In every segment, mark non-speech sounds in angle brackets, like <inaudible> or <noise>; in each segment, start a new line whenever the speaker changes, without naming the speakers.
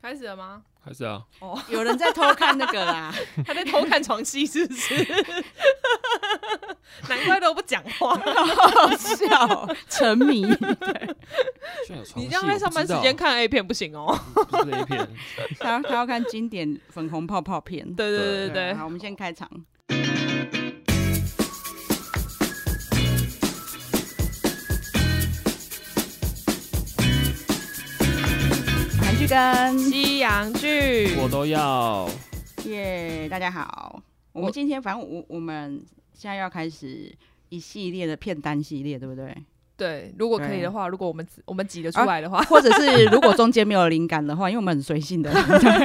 开始了吗？
还是啊，
有人在偷看那个啊
<laughs>
啦，
还在偷看床戏是不
<laughs>
是？难怪都不讲话。
好笑，沉迷。
居然有床
你
戏
这样在上班时间，看 A 片不行哦。
我不知道不是 A 片，
他要他要看经典粉红泡泡片。啊
对对对
对
对
好，我们先开场。韩
对，
剧跟
西洋剧
<laughs> 我都要。
耶大家好，我
我
们今天反正我我们现在要开始一系列的片单系列，对不对？
对，如果可以的话，如果我们我们挤得出来的话，
或者是如果中间没有灵感的话，因为我们很随性的，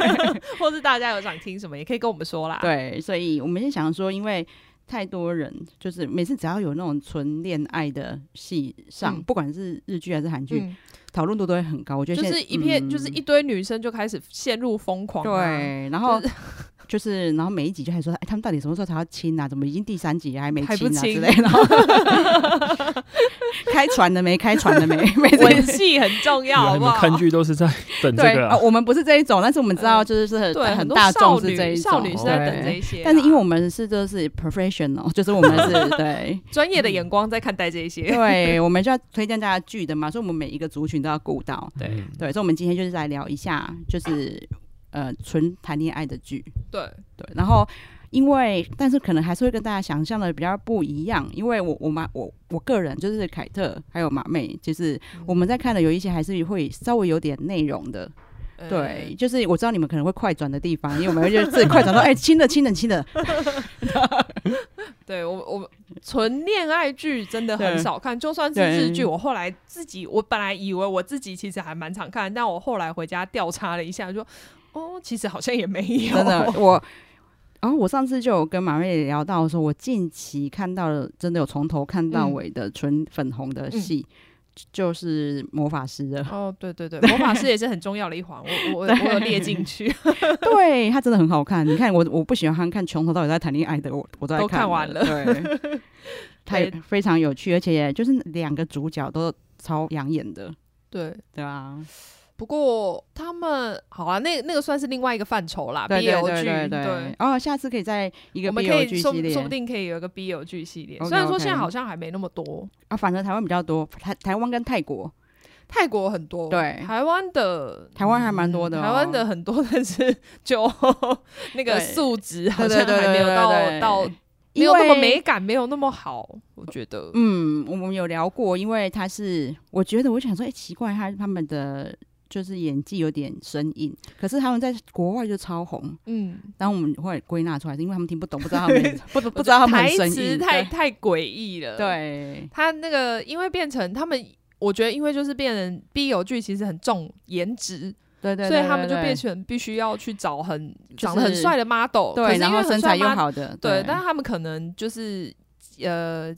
<laughs> 或是大家有想听什么，也可以跟我们说啦。
对，所以我们是想说，因为太多人就是每次只要有那种纯恋爱的戏上，
嗯
不管是日剧还是韩剧，
嗯，
讨论度都会很高。我觉得
就
现
是一片，就是
嗯
一堆女生就开始陷入疯狂啊。
对，然
<laughs>
后。就是，然后每一集就还说，哎，他们到底什么时候才要亲啊？怎么已经第三集了还没
还不
亲啊
亲
之类的？然后 <laughs> 开船了没？开船
<laughs>
了没？每次
吻戏很重要，好
<laughs> 你
不
们
好？
看剧都是在等这
对
个
啊、
啊，
我们不是这一种，但是我们知道，就是是很、
嗯对，
很
多
大
少
众是这
女
一种，
少女是在
对
等这一些啦，啊
但是因为我们是就是 professional，就是我们是
<laughs>
对
专业的眼光在看待这一 <laughs> 些，
对，我们就要推荐大家剧的嘛，所以我们每一个族群都要顾到。
对哦
嗯，
对，所以我们今天就是来聊一下，就是呃纯谈恋爱的剧。
对，
对，然后因为但是可能还是会跟大家想象的比较不一样，因为我我妈我我个人就是凯特还有马妹，就是我们在看的有一些还是会稍微有点内容的，
呃
对，，就是我知道你们可能会快转的地方，因为我们会就是自己快转到哎、亲了亲了亲了，
对我我纯恋爱剧真的很
对
少看，就算是
对
日剧，我后来自己我本来以为我自己其实还蛮常看，但我后来回家调查了一下，说哦，其实好像也没有，
<laughs> 真的，我。然后、我上次就有跟马妹聊到说，我近期看到了真的有从头看到
嗯
尾的纯粉红的戏，就是魔法师了。
哦，对对对，魔法师也是很重要的一环，我我我我有列进去，
<laughs>
<laughs>
对，它真的很好看。你看我，我不喜欢看穷头到底在谈恋爱的，我我都在
都看
看
完了
对，
<laughs>
它也
对
非常有趣，而且也就是两个主角都超养眼的，
对。
对啊，
不过他们好啊，那那个算是另外一个范畴啦
对对
，BL
对
剧
对对。哦，下次可以在一个
我们可
BL
以
剧
说
系
不
列
说不定可以有一个 BL 剧系列，
OK，
虽然说
OK
现在好像还没那么多，
啊，反正台湾比较多，台台湾跟泰国，
泰国很多，
对
台湾的嗯
台湾还蛮多的哦、
台湾的很多，但是就 <laughs> 那个素质好
对
像
对对
还没有
对
到
对
到没
因
有那么
为
美感，没有那么好，我觉得。
嗯，我们有聊过，因为他是，我觉得我想说，哎、奇怪，他他们的就是演技有点生硬，可是他们在国外就超红，
嗯，
然后我们会归纳出来，是因为他们听不懂，不知道他们不不
我
不知道他们
台
很生
词
硬，
太太诡异了。
对，对
他那个因为变成他们，我觉得因为就是变成 B 友剧其实很重颜值，
对对，
所以他们
对
就
对
变成必须要去找很
就
长
是
得很帅的 model，可
对，
是因
然
为
后
很
身
帅
材又
model，
好的，
对
对，，
但他们可能就是呃，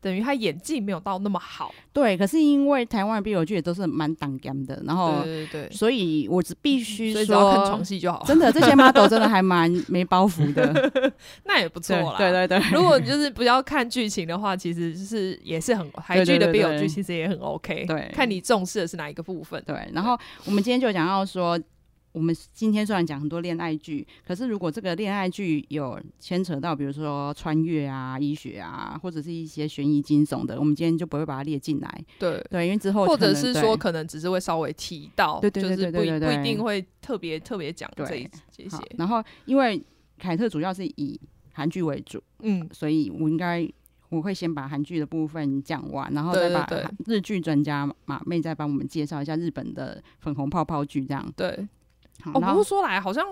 等于他演技没有到那么好。
对，可是因为台湾的 BL 剧也都是蛮挡 g 的，然后
对对对
哦所以我只必须
对，所以只要看
说
床。戏就好。
真的，这些 model 真的还蛮没包
<laughs>
袱的，
那也不错
对
啦。
对对对，
如果你就是不要看剧情的话，其实是也是很台剧的
对对
BL 剧，
对
其实也很 OK。
对
看你重视的是哪一个部分。
对，然后我们今天就讲到说，我们今天虽然讲很多恋爱剧，可是如果这个恋爱剧有牵扯到，比如说穿越啊、医学啊，或者是一些悬疑惊悚的，我们今天就不会把它列进来。
对，
对，因为之后
或
可
者
能
是
对
说可能只是会稍微提到，
对对
就
对
是
对
不一
对
不
对
一定会特别特别讲
对
这一这些
好。然后因为凯特主要是以韩剧为主，
嗯，
所以我应该。我会先把韩剧的部分讲完，然后再
对对
把
对
日剧专家马妹再帮我们介绍一下日本的粉红泡泡剧这样。
对。
好
哦，
然
不
后
过说来好像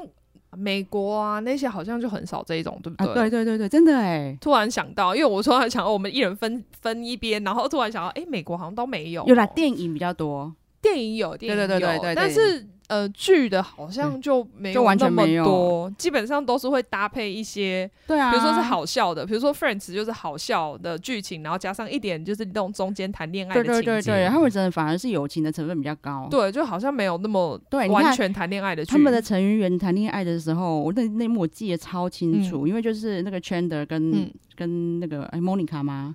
美国啊那些好像就很少这一种，对不
啊，对对对对，真的哎，
突然想到，因为我说还想哦我们一人分分一边，然后突然想到，哎、美国好像都没有哦、
有啦，电影比较多，
电影有，电影有，
对对对对
但
电
是呃，剧的好像就没
就完
那
全
么
没有
多，基本上都是会搭配一些，
对啊，
比如说是好笑的，比如说 Friends 就是好笑的剧情，然后加上一点就是那种中间谈恋爱的
对
情
对
节，
对对，他们真的反而是友情的成分比较高。
对就好像没有那么
对，你
完
看
全谈恋爱的剧，
他们的成员谈恋爱的时候，我那那幕我记得超清楚，因为就是那个 Chandler 跟、
嗯
跟那个哎 Monica 吗？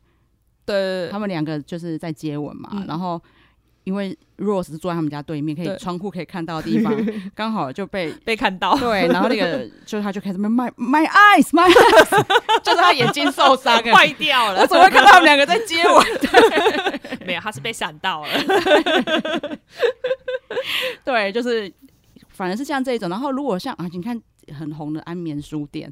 对
他们两个就是在接吻嘛，
嗯
然后。因为 Rose 是坐在他们家对面，可
对
以窗户可以看到
<laughs>
的地方，刚好就被
被看到，
对，然后那个就他就开始卖 my my eyes my eyes，就是他眼睛受伤啊
<laughs>
了。
坏掉了
我。怎么会看到他们两个在接 <laughs> 吻？
没有，他是被闪到了。
对，就是反而是像这一种。然后如果像啊，你看很红的安眠书店，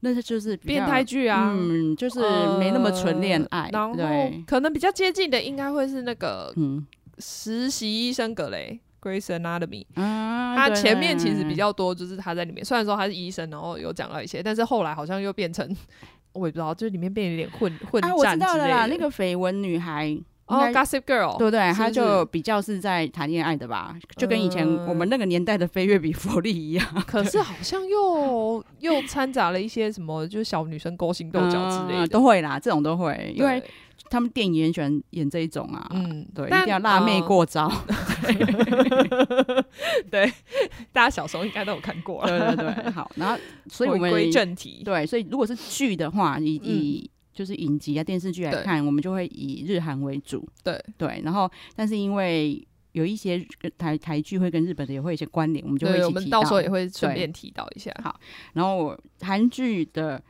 那是就是比较
变态剧啊，呃
嗯，就是没那么纯恋爱，
然后
对，
可能比较接近的应该会是那个
嗯
实习医生格雷 （Grey's Anatomy）。
啊，
他
对
前面其实比较多，就是他在里面，虽然说他是医生，然后有讲到一些，但是后来好像又变成，我也不知道，就是里面变得有点混混
啊，我知
战
道
之
了
类
啦，
的
那个绯闻女孩。
哦
应该
，Gossip Girl，
对不对？
是
她
不
就是 <laughs> 比较是在谈恋爱的吧，就跟以前
嗯
我们那个年代的飞跃比佛利一样，
可是好像又又掺杂了一些什么，就是小女生勾心斗角之类
嗯
的，
都会啦，这种都会，因为
对
他们电影也喜欢演这一种啊，
嗯，
对，一
但
定要辣妹
呃 <laughs>
过招，
大家小时候应该都有看过
对
了。
对对，
<laughs>
好，然后所以我
回
们
归正题，
对，所以如果是剧的话，以以、就是影集啊、电视剧来
嗯对
看，我们就会以日韩为主。
对
对，然后但是因为有一些日台台剧会跟日本的也会有一些关联，我们就会
对，我
一起
们
提
到时候也会顺便提到一下。
好然后我韩剧的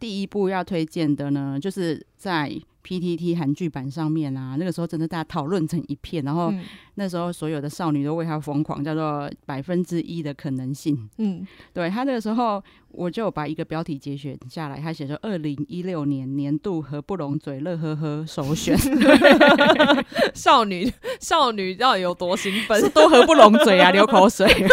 第一部要推荐的呢，就是在 PTT 韩剧版上面啊，那个时候真的大家讨论成一片，然后
嗯
那时候所有的少女都为他疯狂，叫做百分之一的可能性。
嗯，
对他那个时候，我就有把一个标题节选下来，他写说“二零一六年年度合不拢嘴乐呵呵首
<laughs>
选”，
少女少女到底有多兴奋？
嗯是
<laughs>
都合不拢嘴啊，流口水。 <laughs>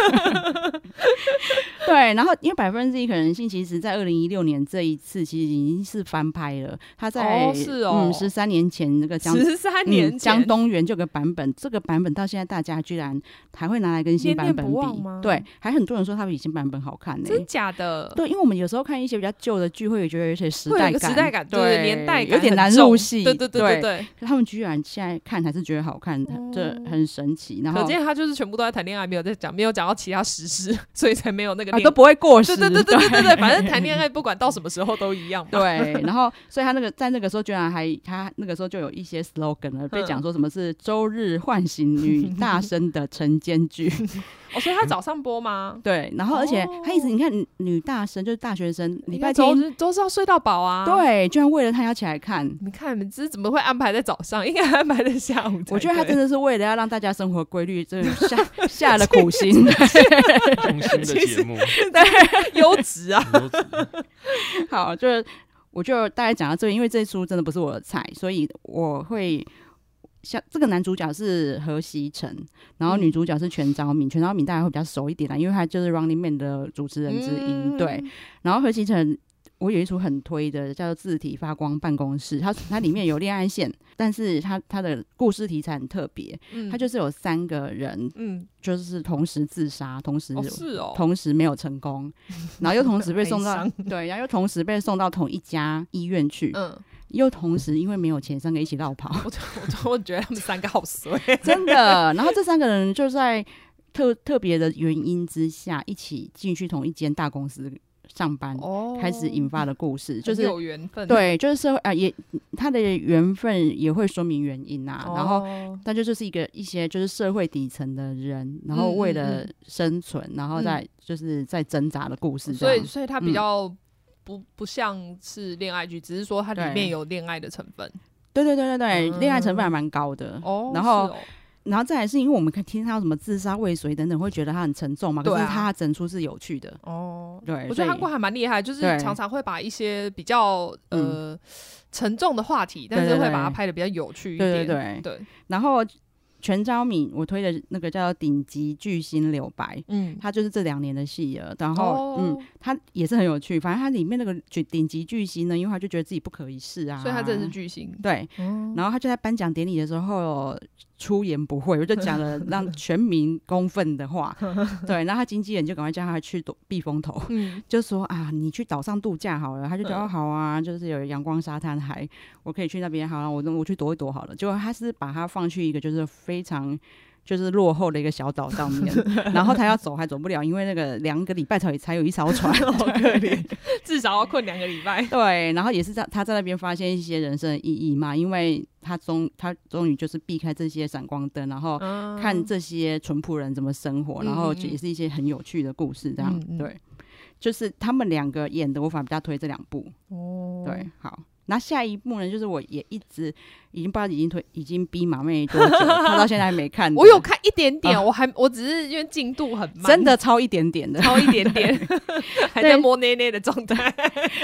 对，然后因为百分之一可能性，其实在二零一六年这一次，其实已经是翻拍了。他在、
哦是哦
嗯十三年前那个江
十三
嗯
年前
江，东元就有个版本，这个版本到现在大家居然还会拿来跟新
念
版
念
本
不忘
比
吗，
对，还很多人说它比新版本好看呢、
真假的？
对，因为我们有时候看一些比较旧的剧，会觉得有一些时
会有
代
一个
感，
时代感，对
对，
年代感
有点
很
难
重
入戏。
对对对对对，
可他们居然现在看还是觉得好看，很这
哦
很神奇。然后啊
可见他就是全部都在谈恋爱，没有在讲，没有讲到其他实施， <laughs> 所以才没有那个
啊
恋
都不会过时，
对对对对对对对，反正谈恋爱不管到什么时候都一样嘛。
对，然后所以他那个在那个时候居然还他那个时候就有一些 slogan 了，被
嗯
讲说什么是周日唤醒女大声的晨间 <laughs> 剧，
哦，所以他早上播吗？
对，然后而且他一直
哦
你看女大生就是大学生，礼拜
周
天
日都是要睡到饱啊。，
对，居然为了他要起来看，
你看你们这怎么会安排在早上？应该安排在下午才对。
我觉得他真的是为了要让大家生活规律，真的下下了
<laughs>
苦心。
用心的节目，
优质啊。
很多
好，就是我就大概讲到这里，因为这出真的不是我的菜，所以我会像这个男主角是何西成，然
嗯
后女主角是全昭敏，全昭敏大家会比较熟一点啦，因为她就是 Running Man 的主 <laughs> 持人之一。
嗯
对，然后何西成。我有一出很推的，叫做《字体发光办公室》，它它里面有恋爱线，但是它它的故事题材很特别，
嗯，
它就是有三个人
嗯，
就是同时自杀，同时
哦是哦，
同时没有
<laughs>
成功，然后又同时被送
悲
到对，然后又同时被送到同一家医院去，
嗯，
又同时因为没有钱，三个一起绕跑，
<laughs> 我我我觉得他们三个好欸衰，
<laughs> 真的。然后这三个人就在特特别的原因之下，一起进去同一间大公司上班，
哦
开始引发了故事，就
很
是。
有缘分，
对，就是社会啊、也他的缘分也会说明原因啊。
哦，
然后他就就是一个一些就是社会底层的人，然后
嗯
为
嗯
了生存，然后再就是在挣扎的故事这
所
样。
以所以他比
嗯
较不不像是恋爱剧，只是说它里面
对
有恋爱的成分
对对对对对，恋爱成分
嗯
还蛮高的。
哦，
然后
是哦
然后再来是因为我们看听到什么自杀未遂等等，会觉得它很沉重嘛。
对
可
啊
是它整出是有趣的。
哦。
对，
我觉
哎所
得
以
韩国还蛮厉害，就是
对
常常会把一些比较呃、沉重的话题，但
对
是
对
会
对
把它拍的比较有趣一
对
点。
对对。
对
然后全昭敏我推的那个叫《顶级巨星留白》。
嗯，
它就是这两年的戏了，然
然
后、嗯，它也是很有趣。反正它里面那个巨顶级巨星呢，因为他就觉得自己不可一世啊，
所以他真的是巨星。
对，
哦，
然后他就在颁奖典礼的时候出言不讳，我就讲了让全民公愤
<laughs>
的话。对，然后他经纪人就赶快叫他去躲避风头，
嗯，
就说啊，你去岛上度假好了。他就觉得、
嗯
哦好啊，就是有阳光沙滩海，我可以去那边好了，我我去躲一躲好了。结果他是把他放去一个就是非常。就是落后的一个小岛上面，
<laughs>
然后他要走还走不了，因为那个两个礼拜才才有一艘船，
<laughs> 好可 <laughs> 怜，至少要困两个礼拜。
<laughs> 对，然后也是在他在那边发现一些人生的意义嘛，因为他终他终于就是避开这些闪光灯，然后
啊
看这些淳朴人怎么生活，然后
嗯嗯嗯
也是一些很有趣的故事，这样、
嗯嗯
对，就是他们两个演的，我反而比较推这两部，
哦，
对，好。那下一部呢，就是我也一直已经不知道已经推已经逼马妹多久，她到现在还没 <laughs> 看的，
我有看一点点，
啊
我还我只是因为进度很慢，
真的超一点点的，
超一点
<laughs>
点，还在摸捏捏的状态。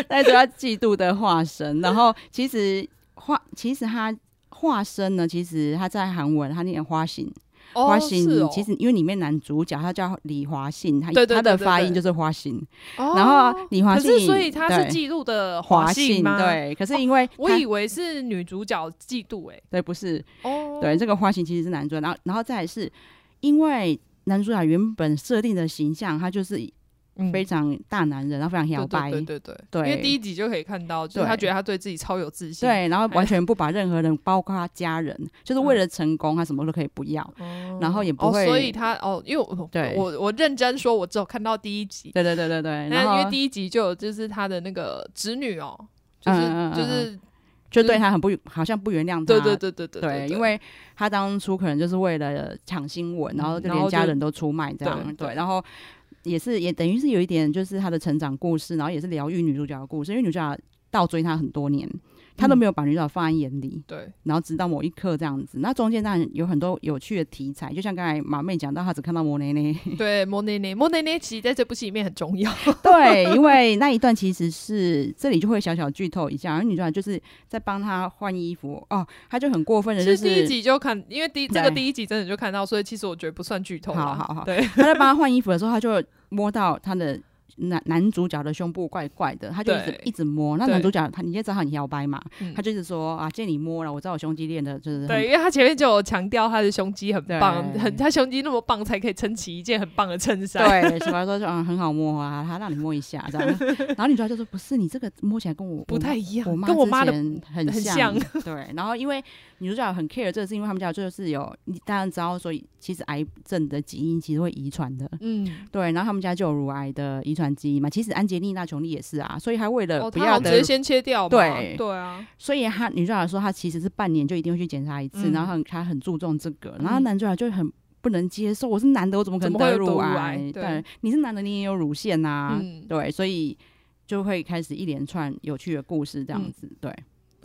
那就要嫉妒的化身。然后其实化，其实他化身呢，其实他在韩文他念花信， <laughs> 花信、
是哦
其实因为里面男主角他叫李华信，他
对对对
他的
对
发
对
音就是花信。
哦
然后啊李华
可
信，
是所以他是
对
记录的
华
信
信
哦吗？，哦
对，可是因为
我
他
以为是女主角嫉妒哎、
对不是
哦，
对这个花信其实是男主角，然后然后再来是因为。男主角原本设定的形象，他就是
嗯，
非常大男人，然后非常摇
对
摆，
对对对对，
对
因为第一集就可以看到，就是
对
他觉得他对自己超有自信，
对，然后完全不把任何人，包括他家人，就是为
嗯
了成功，他什么都可以不要。
哦，
然后也不
哦
会
所以他哦，因为我
对
我我认真说，我只有看到第一集，
对对对对对，
但
然后
因为第一集就有就是他的那个侄女哦，就是、
嗯嗯嗯嗯
就是
就对他很不，好像不原谅他。
对对对对对
对因为他当初可能就是为了抢新闻，然后
嗯
就
然后
连
就
家人都出卖这样。
对对
对，然后也是也等于是有一点就是他的成长故事，然后也是疗愈女主角的故事，因为女主角倒追他很多年。
嗯
他都没有把女主角放在眼里，
对
然后直到某一刻这样子。那中间当然有很多有趣的题材，就像刚才马妹讲到，她只看到莫内
<laughs>
内，
对莫内内莫内内其实在这部戏里面很
<laughs>
重要，
对，因为那一段其实是这里就会小小剧透一下，然后女主角就是在帮他换衣服哦，她就很过分的
其
就
实第一
是。
集就看，因为第这个
对
第一集真的就看到，所以其实我觉得不算剧透啦
好好好
对，
她在帮 <laughs> 他换衣服的时候，她就摸到她的男男主角的胸部，怪怪的，她就一直
对
一直摸。那
对
男主角他，你也知道他很摇摆嘛
嗯，
他就一直说啊，借你摸了，我知道我胸肌练的就是很
对，因为他前面就有强调他的胸肌很棒，
对
很他胸肌那么棒才可以撑起一件很棒的衬衫。
对，小白说就嗯很好摸啊，他让你摸一下这样。然后女主角就说不是，你这个摸起来跟我
不太一样
我妈
跟我
之
妈的
前很
很
像，
<laughs>
对。然后因为女主角很 care 这个，是因为他们家就是有，你当然知道说，其实癌症的基因其实会遗传的，
嗯，
对。然后他们家就有乳癌的遗传基因嘛，其实安吉丽娜·琼丽也是啊，所以她为了
哦，
不
他好
要
像直
得
接
乳，
先切掉嘛。
对
对啊，
所以她女主角说她其实是半年就一定会去检查一次，
嗯
然后很她很注重这个，然后
嗯
男主角就很。不能接受，我是男的，我怎么可
怎
能
么会
得
有得
乳
乳
癌？
癌对
对，你是男的，你也有乳腺呐、啊
嗯，
对，所以就会开始一连串有趣的故事
嗯
这样子。对，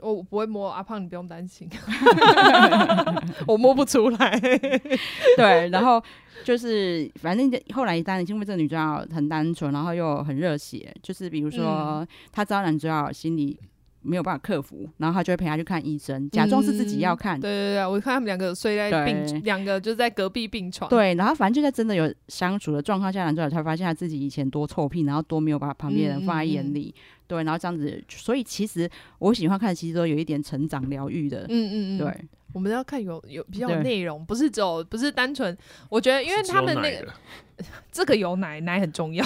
哦我我不会摸阿胖，你不用担心，我摸不出来。 <laughs>
对，然后就是反正后来当然因为这个女主角很单纯，然后又很热血，就是比如
嗯
说她知道男主角心里没有办法克服，然后她就会陪他去看医生，假装是自己要看。
嗯对对对，我看他们两个睡在
嗯对
病，两个就是在隔壁病床。
对，然后反正就在真的有相处的状况下，男主角才发现他自己以前多臭屁，然后多没有把旁边的人放在
嗯
眼里。对，然后这样子，所以其实我喜欢看，其实都有一点成长疗愈的。
嗯嗯嗯，
对，，
我们要看有有比较有
对
内容，不是只有不是单纯，我觉得 <laughs> 因为他们那个
个
这个有奶奶很重要，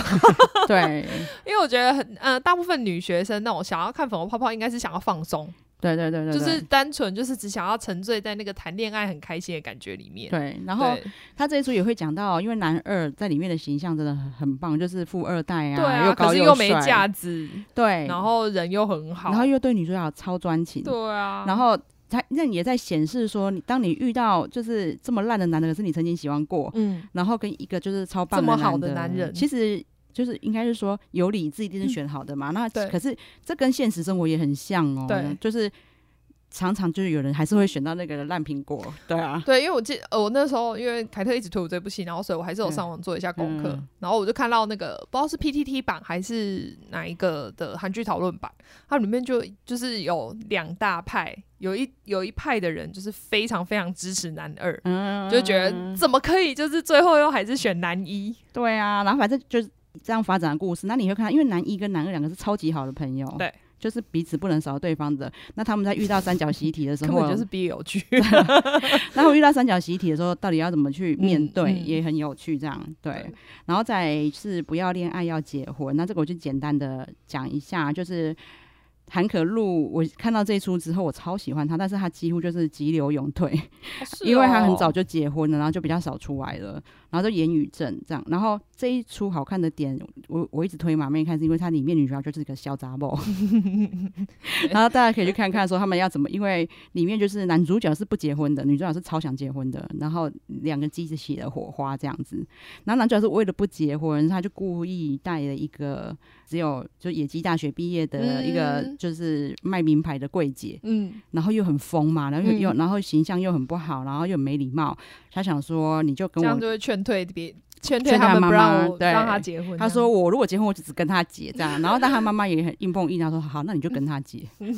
对，
因为我觉得很呃，大部分女学生那种想要看粉红泡泡，应该是想要放松，
对，对，对，对，
就是单纯就是只想要沉醉在那个谈恋爱很开心的感觉里面。
对，
对，
然后他这一出也会讲到，因为男二在里面的形象真的很很棒，就是富二代啊，
对啊，
又
可
高
是
又
又没
帅
架子，
对，
然后人又很好，
哎然后又对女主角超专情，
对啊，
然后他那也在显示说，你当你遇到就是这么烂的男的，可是你曾经喜欢过，
嗯，
然后跟一个就是超棒
这么
男
好的
的
男人嗯
其实。就是应该是说有理智一定是选好的嘛，那
对
可是这跟现实生活也很像哦，
对
就是常常就是有人还是会选到那个烂苹果，对啊，
对，因为我记呃，我那时候因为凯特一直推我这部戏，然后所以我还是有
嗯
上网做一下功课，
嗯
然后我就看到那个不知道是 PTT 版还是哪一个的韩剧讨论版，它里面就就是有两大派，有一有一派的人就是非常非常支持男二。
嗯，
就觉得怎么可以，就是最后又还是选男一，
对啊，然后反正就是这样发展的故事。那你会看到，因为男一跟男二两个是超级好的朋友，
对，
就是彼此不能少对方的。那他们在遇到三角习题的
<laughs>
时
根
候，
本就是 BL 剧。
然后遇到三角习题的时候，到底要怎么去面对，
嗯嗯
也很有趣。这样对
对，
然后再是不要恋爱，要结婚。那这个我就简单的讲一下，就是。韩可露，我看到这一出之后，我超喜欢她，但是她几乎就是急流勇退， <laughs> 因为她很早
就
就结婚了，然后就比较少出来了，然后就言语症这样。然后这一出好看的点，我我一直推马妹看，是因为它里面女主角就是个小杂毛， <laughs> 然后大家可以去看看说他们要怎么，因为里面就是男主角是不结婚的，女主角是超想结婚的，然后两个鸡子起了火花这样子。然后男主角是为了不结婚，他就故意带了一个只有就野鸡大学毕业的一个
嗯
就是卖名牌的柜姐，
嗯
然后又很疯嘛，然后又又、
嗯
然后形象又很不好，然后又很没礼貌。他想说你就
这
跟
样
我，
就会劝退别劝
劝
退他
他
们
妈
不
妈
让我
对
让他结婚这样。
他说我如果结婚，我只跟他结这样。然后但他妈妈也很硬碰硬，他说好，那你就跟他
<laughs>
结。对。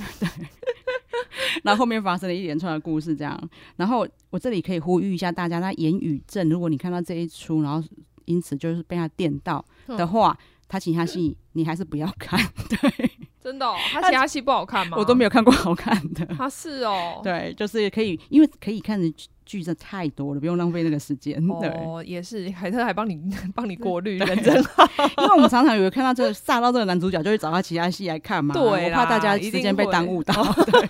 然后后面发生了一连串的故事，这样。然后我这里可以呼吁一下大家，那言语症，如果你看到这一出，然后因此就是被他电到
嗯
的话，他其他戏你还是不要
<laughs>
看。对
真的哦，他其他戏不好看吗？
我都没有看过好看的。
他是 <laughs> 哦，
对，啊就是可以，因为可以看的剧剧真的太多了，不用浪费那个时间。对，
哦，也是，海特还帮你 <laughs> 帮你过滤，人真 <laughs> 好。
因为我们常常有看到这个吓到这个男主角，就会找他其他戏来看嘛。
对
我
啦
怕大家时间被
<laughs>
耽误到。对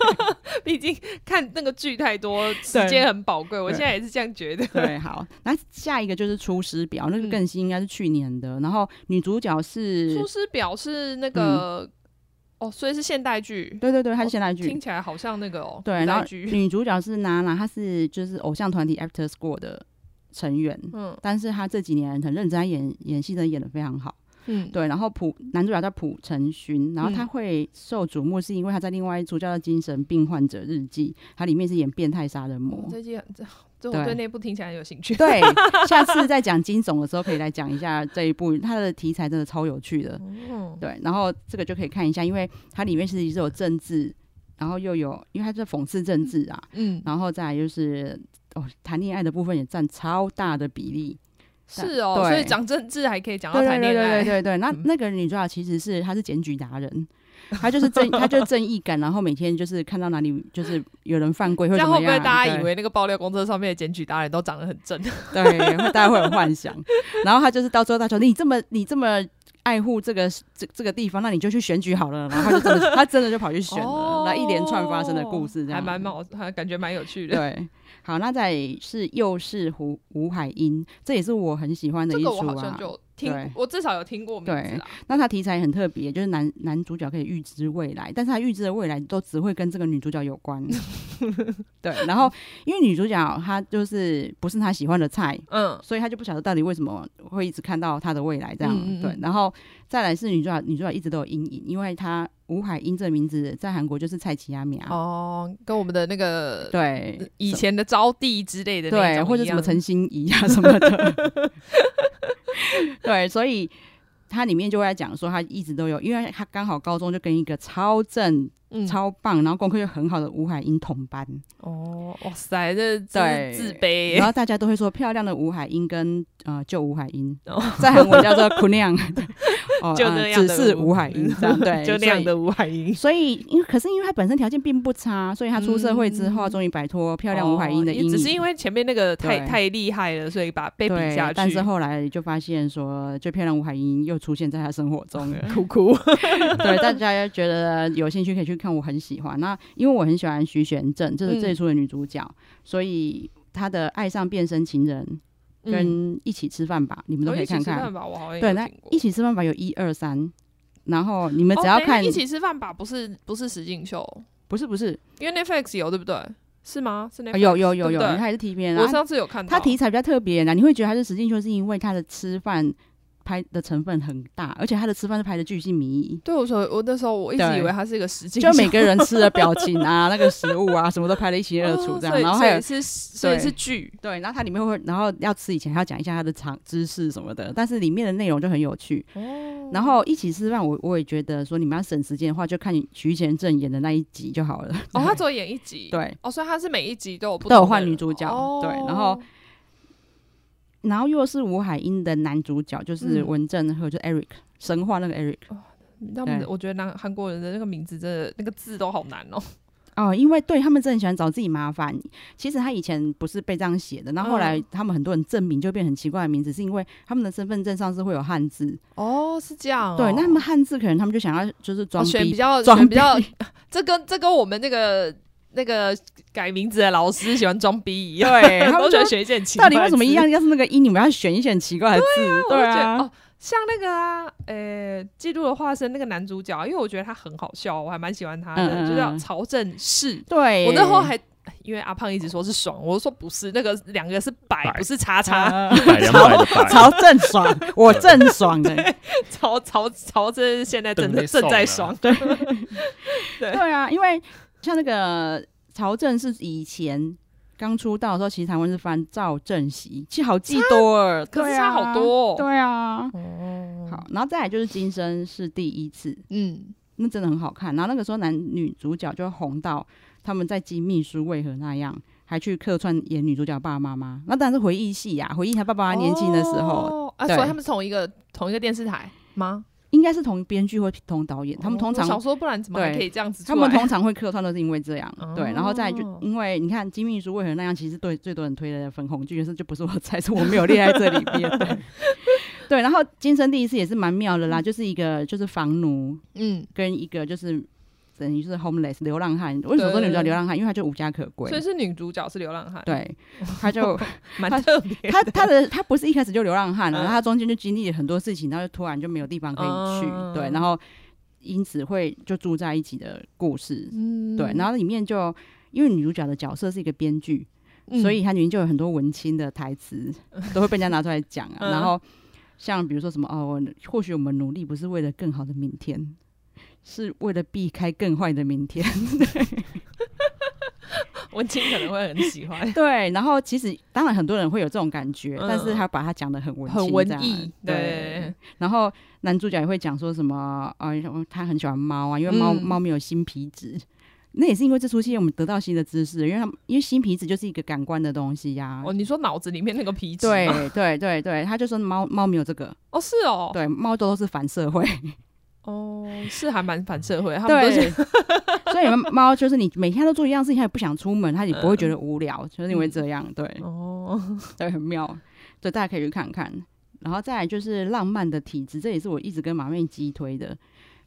毕竟看那个剧太多，时间很宝贵，我现在也是这样觉得。
对，好，那下一个就是《出师表》，那个
嗯
更新应该是去年的。然后女主角是
出，嗯师表是那个哦，所以是现代剧，
对对对，她是现代剧
听。起来好像那个哦，
对，
古
然后
代剧，
女主角是娜娜，她是就是偶像团体 After School 的成员，
嗯
但是她这几年很认真，她演演戏真的演的非常好。
嗯，
对，然后朴男主角叫朴成勋，然后他
嗯
会受瞩目是因为他在另外一出叫做《精神病患者日记》，它里面是演变态杀人魔
我。嗯最近很这这
对
我对那部听起来很有兴趣。
<laughs> 对，下次在讲金总的时候可以来讲一下这一部，它的题材真的超有趣的。
嗯，
对，然后这个就可以看一下，因为它里面是有政治，然后又有，因为它是讽刺政治啊，
嗯，
然后再来就是哦，谈恋爱的部分也占超大的比例。
是哦，
对
所以讲政治还可以讲到
对
谈
对
恋
对对
爱，
对对，那
嗯
那个女主角其实是她是检举达人，她就是正她就是正义感，然后每天就是看到哪里就是有人犯规或
这
者怎
样会
么
不
样，
会大家
对
以为那个爆料公车上面的检举达人都长得很正？
对，会大家会有幻想。然后她就是到最后她说你这么你这么。爱护这个这这个地方，那你就去选举好了。然后她就真的，她真的就跑去选了。那、一连串发生的故事，这
哦
样
还蛮蛮，还感觉蛮有趣的。
对。好，那再是又是胡吴海英，这也是我很喜欢的
这
一
个我
出
好
啊
像。就听
对，
我至少有听过名字啦。
那它题材很特别，就是男男主角可以预知未来，但是他预知的未来都只会跟这个女主角有
<laughs>
关。对，然后因为女主角她就是不是他喜欢的菜，
嗯，
所以他就不晓得到底为什么会一直看到她的未来这样。
嗯嗯嗯
对，然后再来是女主角，女主角一直都有阴影，因为她吴海英这个名字在韩国就是蔡奇亚米啊，
哦，跟我们的那个
对，
以前的招娣之类的那
对，
种
或者
一
什么
样
陈心怡啊什么的， <laughs> 对，所以它里面就会在讲说，他一直都有，因为他刚好高中就跟一个超正、
嗯
超棒，然后功课又很好的吴海英同班，
哦，哇塞，这
对
这是自卑
然
耶，
后大家都会说漂亮的吴海英跟呃旧吴海英，
哦
在韩国叫做姑
<laughs>
娘，哦
就
呃
那样的嗯
只是吴海英这样，
<laughs>
对，
就那样的。吴海英。
所以，因为可是因为他本身条件并不差，所以他出社会之
嗯
后，终于摆脱漂亮吴海英的
哦
阴影。
只是因为前面那个太
对
太厉害了，所以把被比
对，
下去。
但是后来就发现说，就漂亮吴海英又出现在他生活
<laughs>
中了。
哭哭，
对，大家觉得有兴趣可以去看，我很喜欢。那因为我很喜欢徐玄正，
嗯
这是这一出的女主角，所以她的《爱上变身情人》
嗯
跟《一起吃饭吧》你们都
哦
可以
一起
看
吃
看
饭。吧，我好像
对，
有
那
听过
一起吃饭吧有一二三，然后你们
哦
只要
等一下
看，
一起吃饭吧，不是不是石进秀，
不是不是，
因为 Netflix 有对不对？是吗？是 Netflix
呃有有有
对
有，
不对
它还是 T 片
我
啊。
上次有看到
它题材比较特别啦，你会觉得它是实境秀，是因为它的吃饭拍的成分很大，而且它的吃饭是拍的巨细靡遗。
对我说，我那时候我一直
对
以为它是一个实景秀，
就每个人吃的表情啊，那个食物啊，什么都拍的一清二楚这样。
哦
然后
所以
还有
所以是所以
对
是剧，
对，然后它里面会，然后要吃以前还要讲一下它的常知识什么的，但是里面的内容就很有趣。
哦
然后一起吃饭，我我也觉得说你们要省时间的话，就看徐贤正演的那一集就好了。 <laughs>
哦，他只有演一集，，
对，
哦，所以他是每一集都有不
都有
同的
换
人
女主角
哦、
对然后然后又是吴海英的男主角，就是
嗯
文正和就 Eric 神话那个 Eric
他们的
对 <laughs>
我觉得南韩国人的那个名字真的那个字都好难哦，
哦，因为对他们真的很喜欢找自己麻烦。其实他以前不是被这样写的，那后来
嗯
他们很多人证明就变很奇怪的名字，是因为他们的身份证上是会有汉字。
哦，是这样哦、
对，那他们汉字可能他们就想要就是
哦
装
选比
逼。
较
装
选比较
逼，
这跟这跟我们那个那个改名字的老师喜欢装逼一样，
对，他
<laughs> 都喜
们就
欢选一件奇怪
到
的
底为什么
字
一样？？要是那个一，你们要选一选奇怪的字，
<laughs> 我
对
就觉得
啊
哦，，像那个啊，呃，记录的化身那个男主角，因为我觉得他很好笑，我还蛮喜欢他的，
嗯嗯嗯
就叫曹正奭。
对，
我那后还因为阿胖一直说是爽，我说不是，那个两个是百，
百
不是叉 <laughs> 叉。
查
百两百的百，
啊曹郑 <laughs> 爽，我郑爽欸的，
曹曹曹正现在正
等内
正在
送
爽
啊，
对，
对啊，因为像那个曹正是以前。刚出道的时候，其实台湾是翻赵正熙，其实好记多了，
可是
对
差
啊
好多哦
对啊，
哦
好，，然后再来就是《今生》是第一次，
嗯，
那真的很好看。然后那个时候男女主角就红到他们在记秘书为何那样，还去客串演女主角爸爸妈妈。那当然是回忆戏呀、回忆他爸爸妈妈年轻的时候，
哦啊，
对
所以他们是同一个同一个电视台吗？
应该是同编剧或同导演，他们通常、
哦我想说，不然怎么还
对
可以这样子出
他
来？
们通常会客串都是因为这样，
哦
对，然后再来就因为你看金秘书为何那样，其实对最多人推的粉红剧就是就不是我猜，是我没有列在这里面。
<laughs>
对对，然后今生第一次也是蛮妙的啦，就是一个就是房奴
嗯，
跟一个就是等于是 homeless 流浪汉。为什么说
对
女主角流浪汉？因为他就无家可归
所以，是女主角是流浪汉，， <laughs>
对，他就
蛮
她
特别的。
他他的他不是一开始就流浪汉了，
嗯
然后他中间就经历了很多事情，然后就突然就没有地方可以去，
嗯
对，然后因此会就住在一起的故事，
嗯
对，然后里面就因为女主角的角色是一个编剧，
嗯
所以她里面就有很多文青的台词
<laughs>
都会被人家拿出来讲啊。
嗯
然后像比如说什么哦，或许我们努力不是为了更好的明天，是为了避开更坏的明天。，
文青可能会很喜欢
<laughs> 对，然后其实当然很多人会有这种感觉，
哎嗯
但是他把它讲的很文青
很文
这样
艺，对，
然后男主角也会讲说什么，啊、他很喜欢猫啊，因为猫
嗯
猫、没有新皮质。那也是因为这出戏我们得到新的知识，因为他们因为新皮质就是一个感官的东西呀、
哦，你说脑子里面那个皮质吗，
<laughs> 对对对对，他就说猫猫没有这个，
哦，是哦，
对，猫都是反社会， <laughs>
哦，是还蛮反社会，他们都
对
是，
<laughs> 所以猫就是你每天都做一样事情，它也不想出门，它也不会觉得无聊，就是因为这样，对
哦，
<laughs> 对，很妙，对，大家可以去看看。然后再来就是《浪漫的体质》，这也是我一直跟马妹激推的，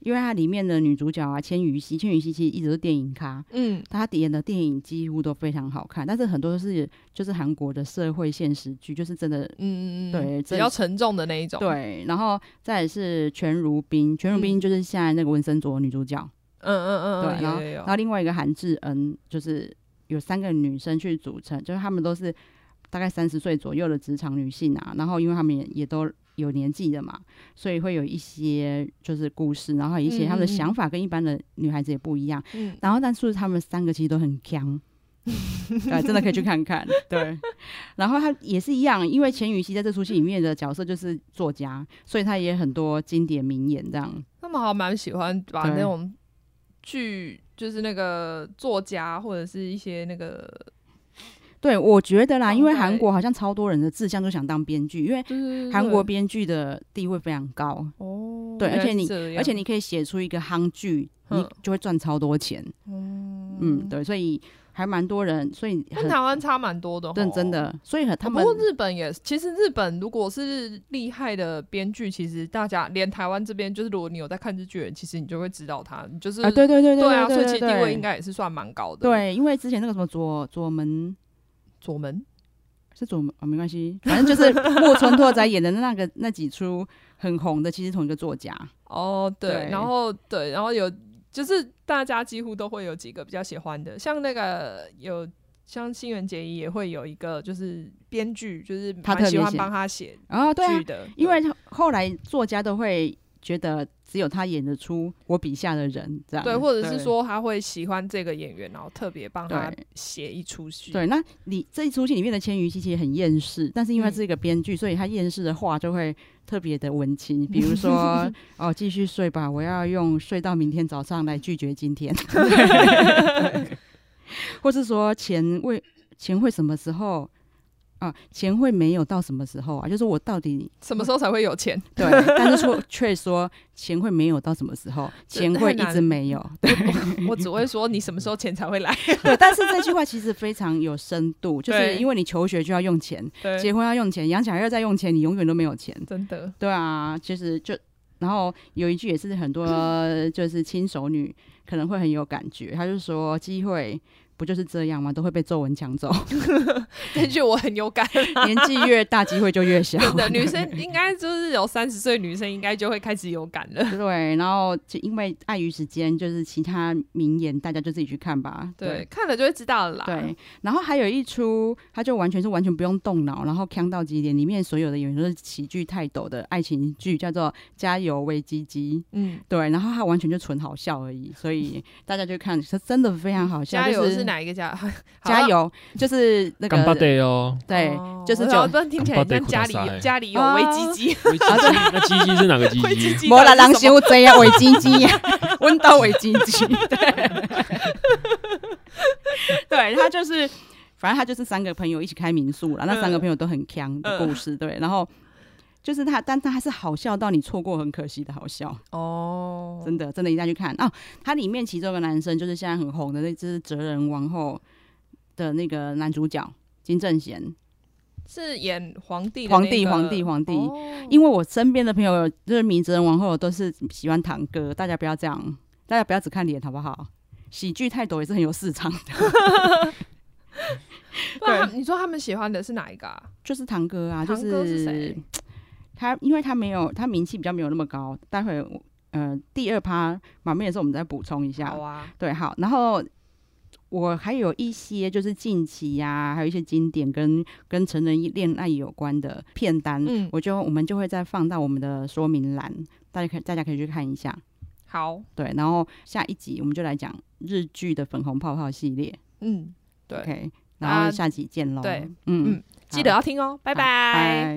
因为它里面的女主角啊，千羽熙，千羽熙其实一直都是电影咖，
嗯，
他演的电影几乎都非常好看，但是很多都是就是韩国的社会现实剧，就是真的
嗯嗯嗯，
对
比
这
较沉重的那一种，，
对。然后再来是全如冰，全如冰
嗯
就是现在那个文森佐的女主角，
嗯嗯嗯，
对。然后
嗯有有
然后另外一个韩智恩，就是有三个女生去组成，就是她们都是大概三十岁左右的职场女性啊。然后因为她们也也都有年纪的嘛，所以会有一些就是故事，然后一些
嗯
她们的
嗯嗯
想法跟一般的女孩子也不一样。
有嗯
然后但是他们三个其实都很
<laughs>
强。对，真的可以去看看。对，然后他也是一样，因为钱雨希在这出戏里面的角色就是作家，所以他也很多经典名言这样。
他们好像蛮喜欢把
对
那种剧，就是那个作家或者是一些那个，
对，我觉得啦，
放
因为
在
韩国好像超多人的志向都想当编剧，因为
就是
韩国编剧的地位非常高，
哦，
对而且你
你
而且你可以写出一个夯剧，你
嗯
就会赚超多钱。嗯，。对，所以还蛮多人，所以
跟
很
台湾差蛮多的，
认真。的，所以很他
哦
们
不过日本也，其实日本如果是厉害的编剧，其实大家连台湾这边，就是如果你有在看日剧的人，其实你就会知道他，你就是、
啊，对对对
对啊，所以
对
其
对
实地位
对
应。该也是算蛮高的。，
对，因为之前那个什么左左门
左门
是左门哦，没
<laughs>
关系，反正就是木村拓哉演的那个那几出很红的，其实同一个作家。
哦，对，
对
然后对，然后有就是大家几乎都会有几个比较喜欢的，像那个有。像新垣结衣也会有一个，就是编剧，就是
他
蛮
特
喜
别
欢
写
帮他写
哦，对啊
剧，的，
因为
对
他后来作家都会觉得只有他演得出我笔下的人这样。
对，或者是说他会喜欢这个演员，然后特别帮他
对
写一出戏，
对，那你这一出戏里面的千羽其实很厌世，但是因为他是一个编剧，所以他厌世的话就会特别的文青，比如说哦，继续睡吧，我要用睡到明天早上来拒绝今天， <laughs> 或是说钱为钱会什么时候啊，钱会没有到什么时候啊？就是我到底
什么时候才会有
<laughs>
钱？
对，但是说却说钱会没有到什么时候，钱会一直没有。对
我只会说你什么时候钱才会来。
<laughs> 对，但是这句话其实非常有深度，就是
对
因为你求学就要用钱，
对，
结婚要用钱，养小孩要再用钱，你永远都没有钱。
真的，
对啊，其实就然后有一句也是很
<laughs>
多就是亲手女可能会很有感觉，她就说机会。不就是这样吗？都会被皱纹
<laughs>
抢走，
这句我很有感。
年纪越大，机会就越小。
真的， <laughs> 女生应该就是有三十岁，女生应该就会开始有感
<laughs>
了。
对，然后就因为碍于时间，就是其他名言大家就自己去看吧。
对，看了就会知道了啦。
对，然后还有一出，它就完全是完全不用动脑，然后扛到极点。里面所有的演员都是喜剧泰斗的爱情剧，叫做《加油喂鸡鸡》。
嗯，
对，然后它完全就纯好笑而已，所
<laughs>
以大家就看，是真的非常好笑。
加
就
油
是
是？哪一个
<laughs>
加？好啊
加，油，就是那
干巴
个
得
<laughs>
哦，
对，
哦
就是
我
九啊
想说听起来
干
像
巴
家
地苦大
里
塞
家里有微鸡
<laughs>
鸡，
喂鸡鸡，那鸡鸡是哪个鸡
微啊鸡
鸡？
鸡。
摩拉郎修贼啊，伪鸡鸡呀，温到伪鸡鸡，对， <laughs> 对他就是，反正他就是三个朋友一起开民宿了，那
嗯
三个朋友都很强的故事，对，然后。就是他，但他还是好笑到你错过很可惜的好笑，
哦，
真的真的一定要去看哦。他里面其中一个男生就是现在很红的那只哲人王后的那个男主角金正贤，
嗯是演皇帝的
皇
那
帝
个
皇帝皇帝
哦
因为我身边的朋友就是迷之人王后都是喜欢堂哥，大家不要这样，大家不要只看脸好不好？喜剧泰斗也是很有市场 <laughs> 的，
不然他们你说他们喜欢的是哪一个啊？
就是堂哥啊，就
堂哥是谁
他，因为他没有他名气比较没有那么高，待会我呃第二趴马妹的时候我们再补充一下，
好啊，
对，好，然后。我还有一些就是近期呀、还有一些经典跟跟成人恋爱有关的片单，
嗯
我就我们就会再放到我们的说明栏，大家可以大家可以去看一下。
好，
对，然后下一集我们就来讲日剧的粉红泡泡系列。
嗯，对
OK，
那
然后下集见喽。
对，
嗯
嗯，记得要听哦，拜
拜
拜。